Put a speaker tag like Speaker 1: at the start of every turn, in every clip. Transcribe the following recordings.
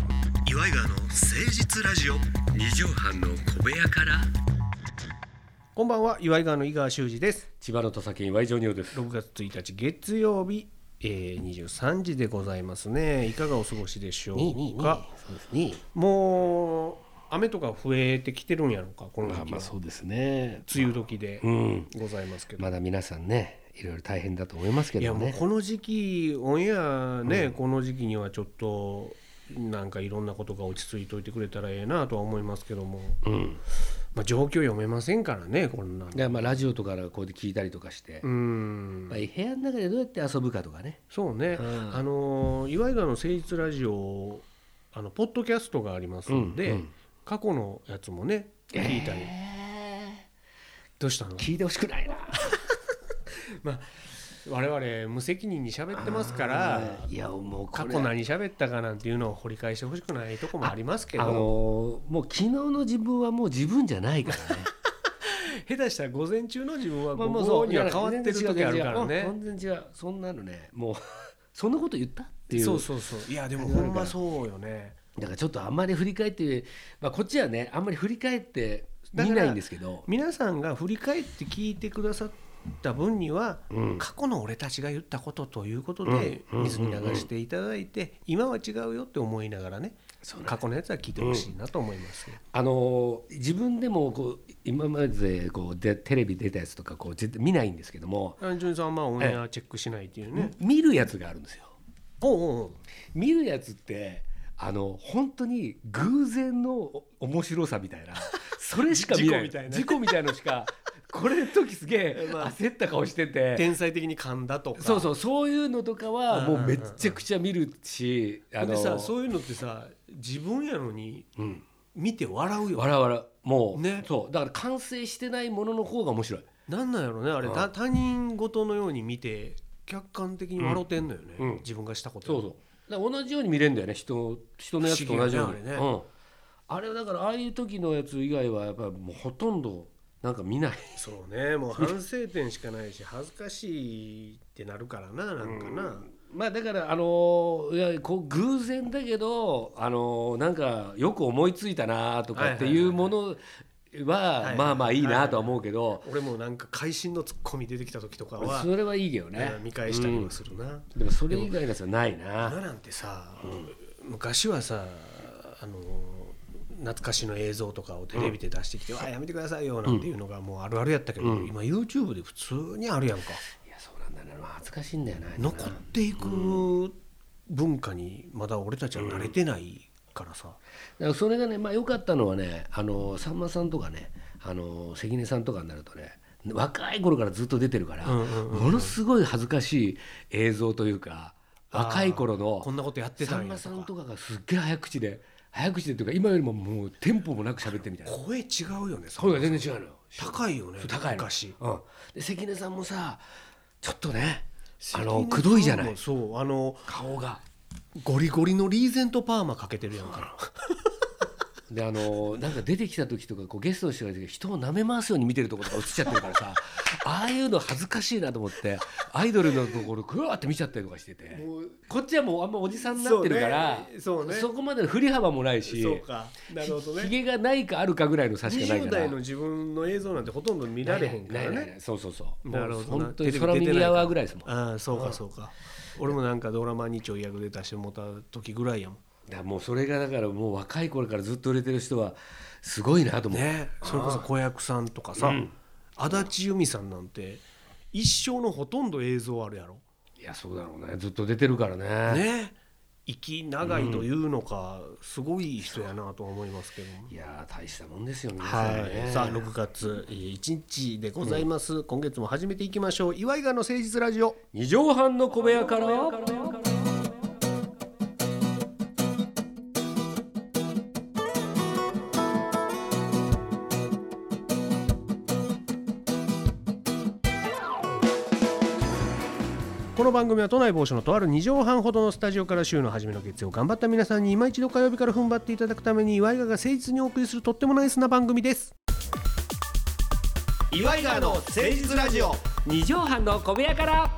Speaker 1: イガーの誠実ラジオ
Speaker 2: 二畳半の小部屋から
Speaker 3: こんばんは岩井川の井川修司です
Speaker 2: 千葉の土佐県岩井ジョニオです
Speaker 3: 6月1日月曜日、えー、23時でございますねいかがお過ごしでしょうか
Speaker 2: そうですね
Speaker 3: もう雨とか増えてきてるんやろうかこの時期
Speaker 2: まあ
Speaker 3: は、
Speaker 2: まあそうですね
Speaker 3: 梅雨時で
Speaker 2: うん
Speaker 3: ございますけど、
Speaker 2: まだ皆さんねいろいろ大変だと思いますけ
Speaker 3: いや
Speaker 2: ど
Speaker 3: もう
Speaker 2: ね
Speaker 3: この時期オンエアね、この時期にはちょっとなんかいろんなことが落ち着いといてくれたらええなとは思いますけども、
Speaker 2: うん
Speaker 3: まあ、状況読めませんからねこんなの
Speaker 2: でまあラジオとかからこうやって聞いたりとかして、
Speaker 3: うん
Speaker 2: まあ、部屋の中でどうやって遊ぶかとかね
Speaker 3: そうね、
Speaker 2: うん
Speaker 3: あの岩井川の誠実ラジオあのポッドキャストがありますんで、
Speaker 2: うんうん
Speaker 3: 過去のやつもね聞いたり、どうしたの
Speaker 2: 聞いてほしくないな
Speaker 3: 我々無責任に喋ってますから
Speaker 2: いやもうこ
Speaker 3: 過
Speaker 2: れ
Speaker 3: 去何喋ったかなんていうのを掘り返してほしくないとこもありますけ
Speaker 2: あの
Speaker 3: ど
Speaker 2: ーもう昨日の自分はもう自分じゃないからね
Speaker 3: 下手したら午前中の自分は
Speaker 2: ま
Speaker 3: 午
Speaker 2: あまあ
Speaker 3: 後には変わってる時あるからね。
Speaker 2: 全然違う全然違うそんなのねもう そんなこと言ったっていう
Speaker 3: そうそうそういやでも
Speaker 2: あるか
Speaker 3: ほ
Speaker 2: ら
Speaker 3: んまそうよね
Speaker 2: だからちょっとあんまり振り返って、まあ、こっちはねあんまり振り返って見ないんですけど
Speaker 3: 皆さんが振り返って聞いてくださった分には、過去の俺たちが言ったことということで
Speaker 2: うん
Speaker 3: 水に流していただいて、今は違うよって思いながらね
Speaker 2: そうなん
Speaker 3: 過去のやつは聞いてほしいなと思います、
Speaker 2: あのー自分でもこう今までこうでテレビ出たやつとかこう絶対見ないんですけども、
Speaker 3: アンジョニーさんはまあオンエアチェックしないっていうね、
Speaker 2: 見るやつがあるんですよ。
Speaker 3: おうおうおう
Speaker 2: 見るやつってあの本当に偶然のお面白さみたいなそれしか見な い
Speaker 3: 事故みたいな
Speaker 2: 事故みたいのしかこれの時すげえ
Speaker 3: まあ
Speaker 2: 焦った顔してて。
Speaker 3: 天才的に噛んだとか
Speaker 2: そうそうそういうのとかはもうめっちゃくちゃ見るし、あの
Speaker 3: でさそういうのってさ自分やのに
Speaker 2: うん、
Speaker 3: 見て笑うよ
Speaker 2: 笑う笑うもう、
Speaker 3: ね
Speaker 2: そうだから完成してないものの方が面白い、
Speaker 3: なんなんやろねあれ、た他人事のように見て客観的に笑ってんのよね、
Speaker 2: うん
Speaker 3: 自分がしたこと
Speaker 2: そうそうだから同じように見れるんだよね人人のやつと同じよう
Speaker 3: 不思
Speaker 2: に、
Speaker 3: 議やねあれね
Speaker 2: うん、あれはだからああいう時のやつ以外はやっぱりもうほとんどなんか見ない
Speaker 3: そうねもう反省点しかないし恥ずかしいってなるからななんかな、
Speaker 2: まあだからあのーいやこう偶然だけどあのーなんかよく思いついたなとかっていうもの
Speaker 3: は
Speaker 2: はいまあまあいいなとは思うけど
Speaker 3: 俺もなんか会心のツッコミ出てきた時とかは、
Speaker 2: それはいいけどね
Speaker 3: うん見返したりはするな、
Speaker 2: でもそれ以外のやつはないな
Speaker 3: 今なんてさ、昔はさあの懐かしの映像とかをテレビで出してきて「あやめてくださいよ」なんていうのがもうあるあるやったけど、今 YouTube で普通にあるやんか
Speaker 2: いやそうなんだよな恥ずかしいんだよな
Speaker 3: 残っていく文化にまだ俺たちは慣れてないからさ、
Speaker 2: だからそれがねまあ良かったのはねあのさんまさんとかねあの関根さんとかになるとね若い頃からずっと出てるから、
Speaker 3: うんうん
Speaker 2: ものすごい恥ずかしい映像というか若い頃
Speaker 3: こ
Speaker 2: の
Speaker 3: んなことやってた
Speaker 2: さ
Speaker 3: ん
Speaker 2: んま
Speaker 3: や
Speaker 2: さ
Speaker 3: と
Speaker 2: ん
Speaker 3: か
Speaker 2: とかがすっげえ早口で早口でというか今よりももうテンポもなく喋ってるみたいな
Speaker 3: 声違うよね
Speaker 2: 声が全然違うのよ
Speaker 3: 高いよね
Speaker 2: 高いの
Speaker 3: 昔
Speaker 2: うん、で関根さんもさちょっとねあ
Speaker 3: 関根さん
Speaker 2: の
Speaker 3: も
Speaker 2: くどいじゃない
Speaker 3: そうあの
Speaker 2: 顔が
Speaker 3: ゴリゴリのリーゼントパーマかけてるやんか
Speaker 2: であのなんか出てきた時とかこうゲストの人が出てきて人を舐め回すように見てるところとか映っちゃってるから さああいうの恥ずかしいなと思ってアイドルのところくわーって見ちゃったりとかしててこっちはもうあんまおじさんになってるから
Speaker 3: そうねそうね
Speaker 2: こまでの振り幅もないし
Speaker 3: か
Speaker 2: ひげがないかあるかぐらいの差しかない
Speaker 3: 20
Speaker 2: から
Speaker 3: 代の自分の映像なんてほとんど見られへんから
Speaker 2: ないない
Speaker 3: ね
Speaker 2: ないそうそうそう
Speaker 3: なるほど
Speaker 2: もう
Speaker 3: な
Speaker 2: 本当に
Speaker 3: テレビ出てない
Speaker 2: 空
Speaker 3: から
Speaker 2: 耳アワーぐらいですもんだか
Speaker 3: ああそうかそうか俺もなんかドラマにちょい役で出してもらった時ぐらいやも
Speaker 2: らもうそれがだからもう若い頃からずっと売れてる人はすごいなと
Speaker 3: ん
Speaker 2: 思う、
Speaker 3: ねそれこそ子役さんとかさ足立由美さんなんて一生のほとんど映像あるやろ
Speaker 2: いやそうだろうねずっと出てるから
Speaker 3: ね息長いというのかすごい人やなとは思いますけども
Speaker 2: いやー大したもんですよ皆さんね、
Speaker 3: はい、さあ6月1日でございます、今月も始めていきましょう岩井川の誠実ラジオ
Speaker 2: 二畳半の小部屋から。
Speaker 3: この番組は都内某所のとある2畳半ほどのスタジオから週の初めの月曜頑張った皆さんに今一度火曜日から踏ん張っていただくために岩井川が誠実にお送りするとってもナイスな番組です岩井川の誠実ラジオ
Speaker 2: 二畳半の小部屋から。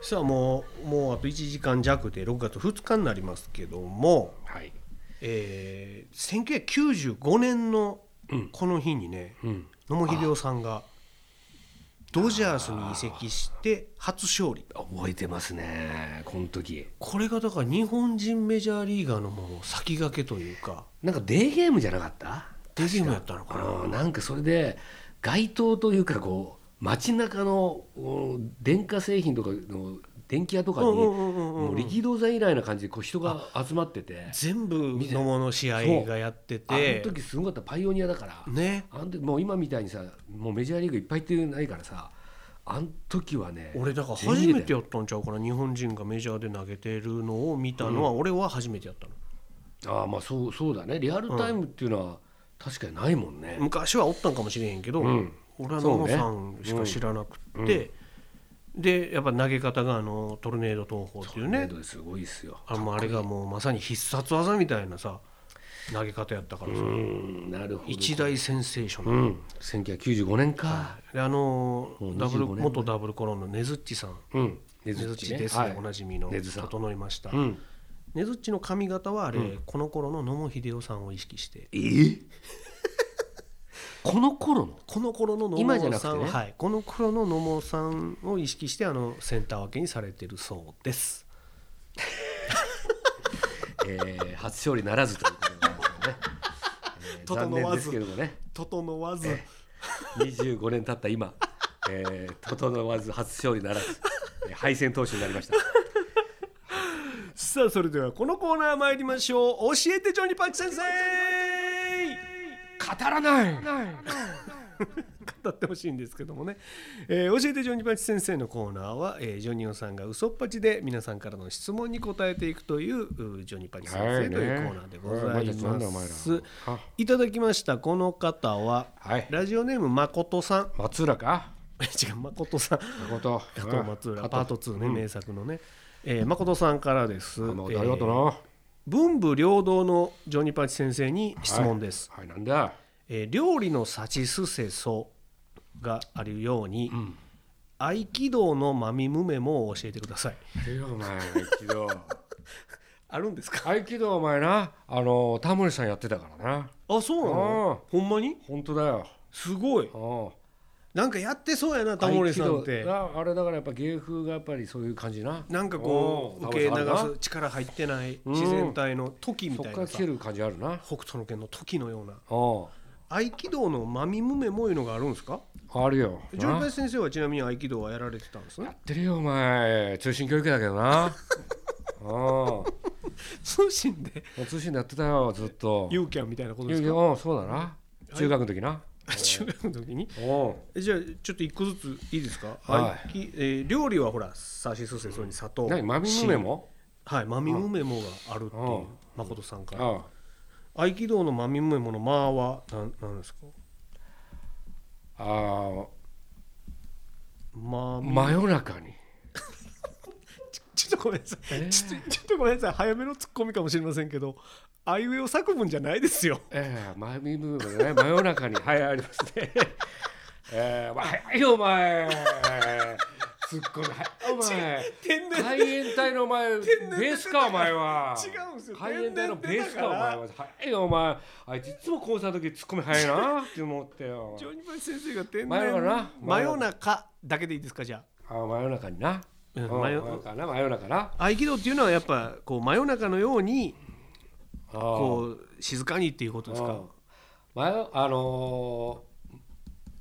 Speaker 3: さあもうもうあと1時間弱で6月2日になりますけども、
Speaker 2: はい
Speaker 3: えー、1995年のこの日にね、
Speaker 2: うん
Speaker 3: 野茂英雄さんがドジャースに移籍して初勝利
Speaker 2: 覚えてますねこの時
Speaker 3: これがだから日本人メジャーリーガーのもう先駆けというか
Speaker 2: なんかデーゲームじゃなかった
Speaker 3: デーゲームやったのか
Speaker 2: あ
Speaker 3: な
Speaker 2: のなんかそれで街灯というかこう街中のお電化製品とかの電気屋とかに
Speaker 3: うんうんうんうんうん
Speaker 2: もう力道山以来な感じでこう人が集まってて
Speaker 3: 全部野茂の試合がやって
Speaker 2: あの
Speaker 3: て
Speaker 2: 時すごかったパイオニアだから
Speaker 3: ね
Speaker 2: あの時もう今みたいにさもうメジャーリーグいっぱい行ってないからさあの時はね
Speaker 3: 俺だから
Speaker 2: 全
Speaker 3: 初
Speaker 2: 員で
Speaker 3: めてやったんちゃうかな日本人がメジャーで投げてるのを見たのは俺は初めてやったの、
Speaker 2: ああまあそうそうだねリアルタイムっていうのは確かにないもんね、
Speaker 3: 昔はおったんかもしれへんけど、
Speaker 2: うん
Speaker 3: 俺は野
Speaker 2: そう
Speaker 3: 茂
Speaker 2: ね
Speaker 3: さんしか知らなくって、でやっぱ投げ方があのトルネード投法っていうね
Speaker 2: トルネードですごいですよ
Speaker 3: あもうあれがもうまさに必殺技みたいなさ投げ方やったからさ、
Speaker 2: うんなるほど
Speaker 3: 一大センセーション、
Speaker 2: うん1995年か、
Speaker 3: であの
Speaker 2: もう25
Speaker 3: ダブル
Speaker 2: 年前
Speaker 3: 元ダブルコロンのネズッチさん
Speaker 2: うんネ
Speaker 3: ネズッチです
Speaker 2: は
Speaker 3: ね、
Speaker 2: い
Speaker 3: おなじみの
Speaker 2: ネズさん
Speaker 3: 整いました、
Speaker 2: うん
Speaker 3: ネズッチの髪型はあれ、この頃の野茂英雄さんを意識して
Speaker 2: え この頃の
Speaker 3: この頃の野
Speaker 2: 今じ
Speaker 3: 茂
Speaker 2: ゃなくて
Speaker 3: さんは、
Speaker 2: ね
Speaker 3: はい、この頃の野茂さんを意識してあのセンター分けにされてるそうです。
Speaker 2: えー初勝利ならずということなんですよね、えー残
Speaker 3: 整
Speaker 2: 念
Speaker 3: わ
Speaker 2: で
Speaker 3: ず
Speaker 2: すけどもね
Speaker 3: 整わず、
Speaker 2: 25年経った今、えー、整わず初勝利ならずえー敗戦投手になりました
Speaker 3: さあそれではこのコーナー参りましょう教えてジョニパンチ先生
Speaker 2: 語らない
Speaker 3: 語ってほしいんですけどもね、えー教えてジョニパンチ先生のコーナーは、えージョニオさんが嘘っぱちで皆さんからの質問に答えていくといううージョニパンチ先生というコーナーでございます、
Speaker 2: はいねおいまだなんだお前らあ
Speaker 3: いただきましたこの方は、
Speaker 2: はい
Speaker 3: ラジオネーム誠さん
Speaker 2: 松浦か
Speaker 3: 違う誠さん
Speaker 2: 誠
Speaker 3: 加藤松浦パート2ね、
Speaker 2: うん
Speaker 3: 名作のね、えー誠さんからです
Speaker 2: あのありがとうな、
Speaker 3: えー文武両道のジョニパチ先生に質問です、
Speaker 2: はい、はい、なんだ
Speaker 3: えー料理の幸すせそがあるように、合気道のまみむめも教えてください
Speaker 2: ええよお前一度
Speaker 3: あるんですか
Speaker 2: 合気道お前なあのタモリさんやってたからな
Speaker 3: あそうなのほんまに
Speaker 2: 本当だよ
Speaker 3: すごい
Speaker 2: あ
Speaker 3: なんかやってそうやな
Speaker 2: あ
Speaker 3: タモリさんって
Speaker 2: 合気道があれだからやっぱ芸風がやっぱりそういう感じな
Speaker 3: なんかこ
Speaker 2: お
Speaker 3: う
Speaker 2: う
Speaker 3: 受け流
Speaker 2: タモリさんある
Speaker 3: す力入ってない自然体の時み
Speaker 2: そ
Speaker 3: た
Speaker 2: っ
Speaker 3: い
Speaker 2: から
Speaker 3: な
Speaker 2: 来
Speaker 3: さ
Speaker 2: てる感じあるな
Speaker 3: 北斗の拳の時のような
Speaker 2: あ
Speaker 3: 合気道のまみむめもいうのがあるんですか
Speaker 2: ああるよ
Speaker 3: ジョイパ
Speaker 2: な
Speaker 3: イ先生はちなみに合気道はやられてたんです
Speaker 2: や
Speaker 3: ね。
Speaker 2: ってるよお前通信教育だけ どなあ
Speaker 3: 通信で
Speaker 2: あ 通信でやってたよずっと
Speaker 3: ユーキャンみたいなことで
Speaker 2: いや
Speaker 3: す
Speaker 2: いや
Speaker 3: か。
Speaker 2: うんそうだな中学の時な
Speaker 3: 中学の時に。
Speaker 2: お
Speaker 3: えじゃあちょっと一個ずついいですか。
Speaker 2: は
Speaker 3: 合気えー料理はほらさしすせそに砂糖。
Speaker 2: う何マミムメも
Speaker 3: はいマミムメモがあるっていううん誠さんから。
Speaker 2: あ
Speaker 3: 合気道のマミムメモの間はなんなんですか。
Speaker 2: ああ
Speaker 3: ま
Speaker 2: あ
Speaker 3: あ
Speaker 2: 真夜中に
Speaker 3: ちょっとごめんなさい。ちょっとちょっとごめんなさい早めのツッコミかもしれませんけど。あいうえお作文じゃないですよ。
Speaker 2: ええマミムーブね真夜中にはいありますね。 ええまあ早いよお 前。ツッコミはいお前。
Speaker 3: 天然
Speaker 2: 海援隊のお前ベースかお前は。
Speaker 3: 違うんですよ
Speaker 2: 海援隊のベースか
Speaker 3: 天然出た
Speaker 2: お前
Speaker 3: から
Speaker 2: は早いよお前。あいついつもコンサートの時ツッコミ早いな って思ってよ。
Speaker 3: ジョニーパイ先生が天然
Speaker 2: 真夜中な
Speaker 3: 真夜中だけでいいですかじゃ
Speaker 2: あ真夜中にな。
Speaker 3: うん
Speaker 2: うん
Speaker 3: 真
Speaker 2: 真
Speaker 3: 夜
Speaker 2: 夜中な真夜中な。
Speaker 3: あ合気道っていうのはやっぱこう真夜中のように
Speaker 2: ああ
Speaker 3: こう静かにっていうことです
Speaker 2: う
Speaker 3: か
Speaker 2: ん真夜あの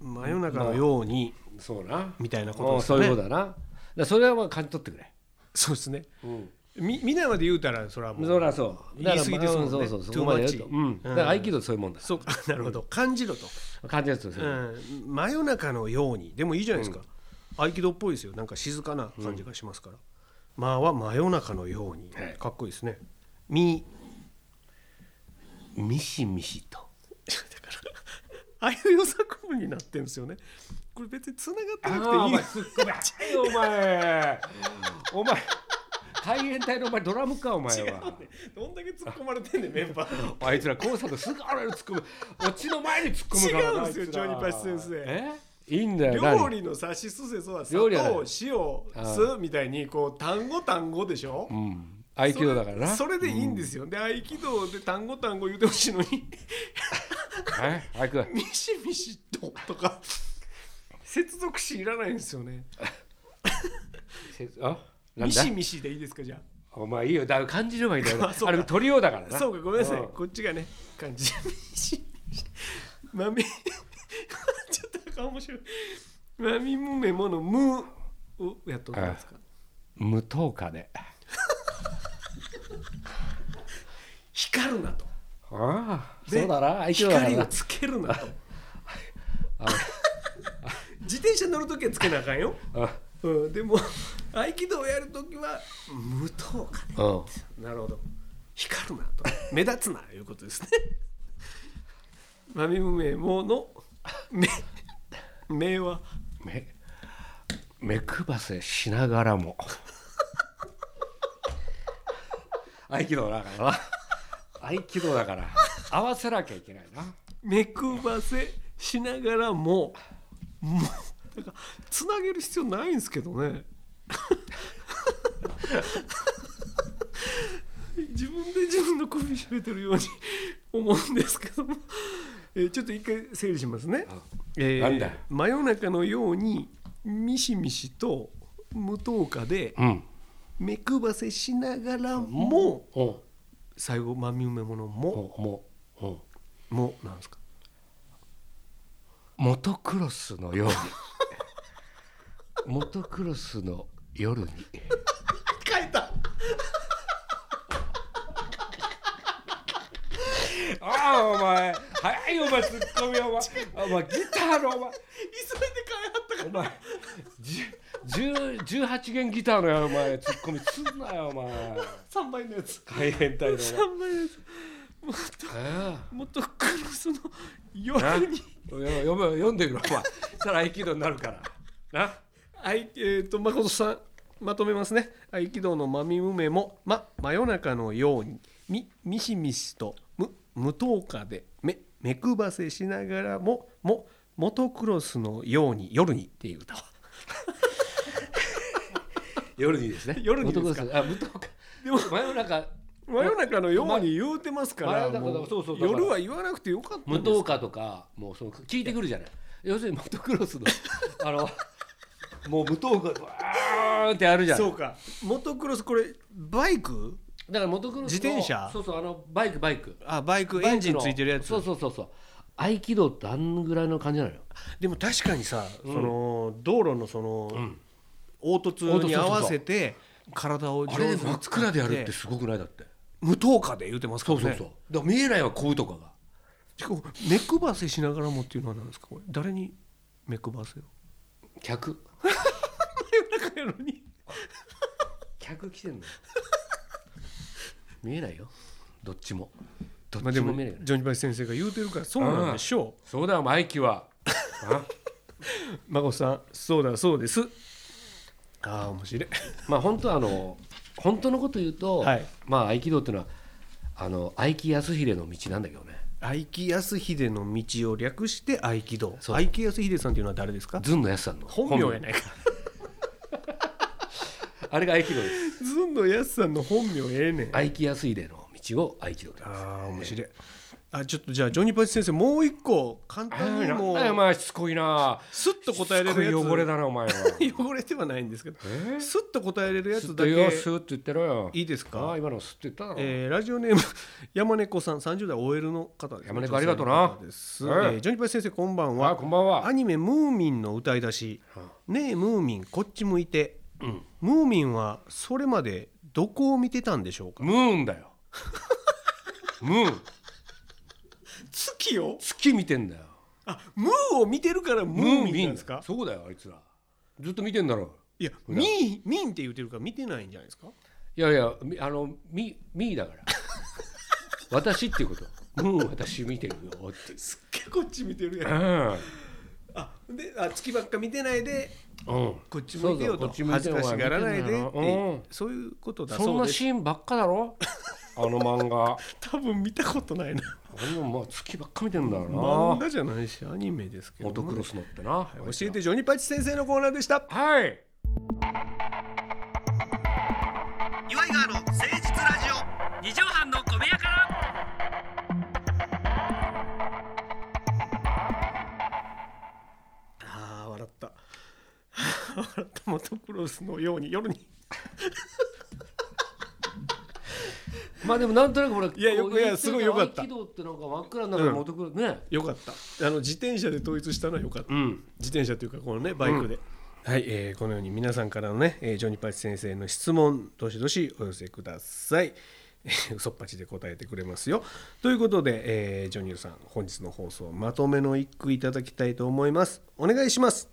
Speaker 3: 真夜中のように
Speaker 2: ーそうな。
Speaker 3: みたいなことですか
Speaker 2: うん
Speaker 3: ね
Speaker 2: そういうことだな。だからそれはまあ感じ取ってくれ。
Speaker 3: そうですね
Speaker 2: うん。
Speaker 3: み皆まで言うたらそれはも
Speaker 2: そうらそう。だか
Speaker 3: 言い
Speaker 2: ら
Speaker 3: 過ぎですもんね
Speaker 2: まあうんそうそう。そこまでやる
Speaker 3: too
Speaker 2: と。
Speaker 3: much
Speaker 2: うん。だから合気道そういうもんだ。
Speaker 3: そうかなるほど感じろと、
Speaker 2: 感じやつです
Speaker 3: う
Speaker 2: よ。
Speaker 3: ん、真夜中のようにでもいいじゃないですか、合気道っぽいですよなんか静かな感じがしますから「まあ」は真夜中のように、
Speaker 2: はい
Speaker 3: かっこいいですね「み」
Speaker 2: ミシミシと。
Speaker 3: あいうよ作文になってるんですよね。これ別に繋がってなくていい。
Speaker 2: っごい。お前。お前。海援隊のお前ドラムかお前は。
Speaker 3: どんだけ突っ込まれてんねんメンバー。
Speaker 2: あいつらコンサートすぐあらゆる突っ込む。オチの前に突っ込むから
Speaker 3: 違
Speaker 2: な。
Speaker 3: うんですよ
Speaker 2: あいつら
Speaker 3: ジョニーパチ先生
Speaker 2: えいいんだよな
Speaker 3: 料理のさしすせそは砂
Speaker 2: 料理はない
Speaker 3: 糖塩酢みたいにこう単語単語でしょ
Speaker 2: うん合気道だからな
Speaker 3: それそれでいいんですよ、で合気道で単語単語言うてほしいのに
Speaker 2: はい早く
Speaker 3: ミシミシととか接続詞いらないんですよね
Speaker 2: せあなん
Speaker 3: ミ
Speaker 2: だ
Speaker 3: シミシでいいですかじゃ
Speaker 2: お前いいよだから感じればいいんだよ
Speaker 3: あ そうか
Speaker 2: あれ取りようだから
Speaker 3: あ
Speaker 2: な
Speaker 3: そうかごめんなさい
Speaker 2: うん
Speaker 3: こっちがね感じミシミシまみちょっとなんか面白いまみむめものむをやっとったんですか
Speaker 2: 無糖化で
Speaker 3: 光るなと
Speaker 2: ああ
Speaker 3: で
Speaker 2: そうだな合気道だから
Speaker 3: 光を
Speaker 2: な
Speaker 3: つけるなと
Speaker 2: あ
Speaker 3: 自転車乗るときはつけなあかんよ、
Speaker 2: あ
Speaker 3: うん、でも合気道をやるときは無糖かね
Speaker 2: うん
Speaker 3: なるほど光るなと目立つないうことですね マミムメモの目目は
Speaker 2: め目くばせしながらも 合気道だからな合気道だから合わせなきゃいけないな
Speaker 3: 目くばせしながらももうなんかつなげる必要ないんですけどね 自分で自分の首絞めてるように思うんですけども、えーちょっと一回整理しますね、えー
Speaker 2: なんだ
Speaker 3: 真夜中のようにミシミシと無糖化で
Speaker 2: うん
Speaker 3: 目くばせしながらも
Speaker 2: うも
Speaker 3: 最後まみうめものも
Speaker 2: もうもう
Speaker 3: もなんですか
Speaker 2: モトクロスのよ うにモトクロスの夜に
Speaker 3: 書いた
Speaker 2: ああお前早いお前ツッコミお前お前ギターのお前
Speaker 3: 急いで開発
Speaker 2: お前じゅ10 18弦ギターのやお前ツッコミすんなよお前
Speaker 3: 三倍のやつ。
Speaker 2: 大変態だな
Speaker 3: 三倍のやつ。もっ
Speaker 2: あ
Speaker 3: と、もっとクロスの夜に。
Speaker 2: あよ読め読んでみろお前たら合気道になるからな
Speaker 3: はい、えっ、と、誠さん、まとめますね。合気道のまみむめも、ま、真夜中のように。み、みしみしと、む、無糖化で、め、目くばせしながらも、も。モトクロスのように夜にっていう歌
Speaker 2: 夜にですね
Speaker 3: 夜にですか
Speaker 2: 男あ無糖か
Speaker 3: でも
Speaker 2: 真夜中
Speaker 3: 真夜中のように言うてますから
Speaker 2: 真夜中だ
Speaker 3: もう
Speaker 2: そうそうだから
Speaker 3: 夜は言わなくてよかったんです
Speaker 2: 無糖化とかもうその聞いてくるじゃない要するにモトクロスのあのもう無糖化わーってあるじゃん
Speaker 3: そ
Speaker 2: だ
Speaker 3: うかモトクロスこれバイク
Speaker 2: からモトクロス
Speaker 3: 自
Speaker 2: の
Speaker 3: 転車
Speaker 2: そうそうあのバイクバイク
Speaker 3: あバイク
Speaker 2: バイクの
Speaker 3: エンジンついてるやつ
Speaker 2: そうそうそうそう合気道ってあんぐらいの感じなのよ
Speaker 3: でも確かにさ、その道路のその、凹凸に合わせて体を上
Speaker 2: あ
Speaker 3: 手
Speaker 2: れ
Speaker 3: に
Speaker 2: 真っ暗でやるってすごくないだって
Speaker 3: 無糖化で言うてますか
Speaker 2: そ
Speaker 3: ら
Speaker 2: う
Speaker 3: ね
Speaker 2: そうそうだから見えないわこういうとかが
Speaker 3: しかも目くばせしながらもっていうのは何ですかこれ誰に目くばせを
Speaker 2: 客
Speaker 3: 中やのに
Speaker 2: 客来てんの見えないよどっちもど
Speaker 3: ま
Speaker 2: っ
Speaker 3: あ
Speaker 2: ち
Speaker 3: で
Speaker 2: も
Speaker 3: も
Speaker 2: 見えない、
Speaker 3: ジョニバイ先生が言うてるからそうなんでしょ
Speaker 2: そうだよマイキはあ
Speaker 3: う孫さんそうだそうですああ面白い
Speaker 2: まあ本当はあの本当のこと言うと、
Speaker 3: はい
Speaker 2: まあ合気道っていうのはあの合気康秀の道なんだけどね
Speaker 3: 合気安秀の道を略して合気道
Speaker 2: そう
Speaker 3: 合気安秀さんっていうのは誰ですか
Speaker 2: ずんのやすさんの
Speaker 3: 本名やないか
Speaker 2: あれが合気道です
Speaker 3: ずんのやすさんの本名ええねん
Speaker 2: 合気康秀の道を合気道と言います
Speaker 3: ああ面白い。あちょっとじゃあジョニーパチ先生もう一個簡
Speaker 2: あ
Speaker 3: 単に
Speaker 2: ー
Speaker 3: も
Speaker 2: なんだよお
Speaker 3: う
Speaker 2: 前しつこいな
Speaker 3: スッと答えれ
Speaker 2: し
Speaker 3: る
Speaker 2: つ
Speaker 3: や
Speaker 2: こい
Speaker 3: つ
Speaker 2: 汚れだなお前 は
Speaker 3: 汚れてはないんですけど、
Speaker 2: えー
Speaker 3: スッと答えれるや
Speaker 2: すっ
Speaker 3: つ
Speaker 2: と
Speaker 3: だ
Speaker 2: よ
Speaker 3: け
Speaker 2: すって言ってろよ
Speaker 3: いいです
Speaker 2: あ
Speaker 3: か
Speaker 2: あ。今のすって言っただろ、
Speaker 3: えーラジオネーム 山猫さん30代 OL の方です
Speaker 2: 山猫ありがとうな
Speaker 3: 女性の方です、
Speaker 2: え
Speaker 3: え
Speaker 2: ー
Speaker 3: ージョニーパチ先生こんばん
Speaker 2: あ
Speaker 3: は
Speaker 2: こんばん
Speaker 3: ア
Speaker 2: は
Speaker 3: ニメ「ムーミン」の歌い出し「ねえムーミンこっち向いて」ムーミンはそれまでどこを見てたんでしょうか
Speaker 2: ムーン だよムーン
Speaker 3: 月を
Speaker 2: 月見てんだよ
Speaker 3: あムーを見てるからムーミンなんですか
Speaker 2: そうだよあいつらずっと見てんだろ
Speaker 3: いや、
Speaker 2: 普段
Speaker 3: ミー、ミンって言ってるから見てないんじゃないですか
Speaker 2: いやいやみあのみみーだから 私っていうことムーン私見てるよ って
Speaker 3: すっげえこっち見てるやん。
Speaker 2: う
Speaker 3: あ、で、あ、月ばっか見てないで、
Speaker 2: ん、うん、
Speaker 3: こっち向いてよ。
Speaker 2: そうそうことっち向い
Speaker 3: 恥
Speaker 2: て
Speaker 3: ず
Speaker 2: よ
Speaker 3: かしがらないでって
Speaker 2: お前見てんだろうん
Speaker 3: そういうことだ
Speaker 2: そん
Speaker 3: そう
Speaker 2: な
Speaker 3: です。
Speaker 2: シーンばっかだろあの漫画
Speaker 3: 多分見たことないな
Speaker 2: あんなもんまあ月ばっか見てんだろう
Speaker 3: 漫
Speaker 2: な
Speaker 3: 画じゃないしアニメですけど
Speaker 2: モ
Speaker 3: ね
Speaker 2: トクロスのってな
Speaker 3: 教えてジョニパチ先生のコーナーでした
Speaker 2: はい
Speaker 1: 岩井川の誠実ラジオ
Speaker 4: 二畳半の小部屋から
Speaker 3: あー笑った 笑ったモトクロスのように夜に
Speaker 2: まあでもなんとなくほら
Speaker 3: いやよ
Speaker 2: こう
Speaker 3: いやすごいよかった
Speaker 2: 合気道ってなんか真っ暗の中で
Speaker 3: うん
Speaker 2: モトクロね
Speaker 3: よかったあの自転車で統一したのはよかった、
Speaker 2: うん
Speaker 3: 自転車というかこのねバイクで、はい、えーこのように皆さんからのね、えージョニパチ先生の質問どしどしお寄せください 嘘っぱちで答えてくれますよということで、えージョニーさん本日の放送まとめの一句いただきたいと思いますお願いします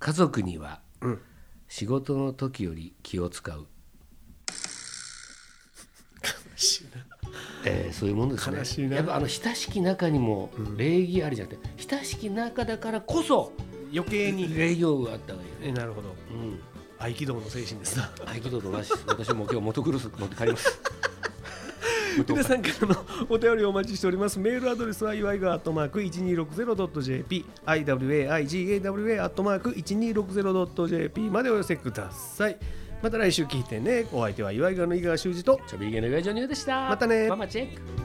Speaker 2: 家族には
Speaker 3: うん
Speaker 2: 仕事の時より気を使う、えーそういうもんですね
Speaker 3: 悲しいな
Speaker 2: やっぱあの親しき中にも礼儀あるじゃなくて親しき中だからこそ
Speaker 3: 余計に
Speaker 2: 礼儀をあった方がいいよね
Speaker 3: えなるほど
Speaker 2: うん
Speaker 3: 合気道の精神ですな
Speaker 2: 合気道と同じです私も今日モトクロス持って帰ります
Speaker 3: 皆さんからのお便りをお待ちしておりますメールアドレスは祝いがアットマーク 1260.jp iwaigawa アットマーク 1260.jp までお寄せくださいまた来週聞いてねお相手は祝いがの井川修司と
Speaker 2: ちょびげの岩井ジョニオでした
Speaker 3: またね
Speaker 2: ママチェック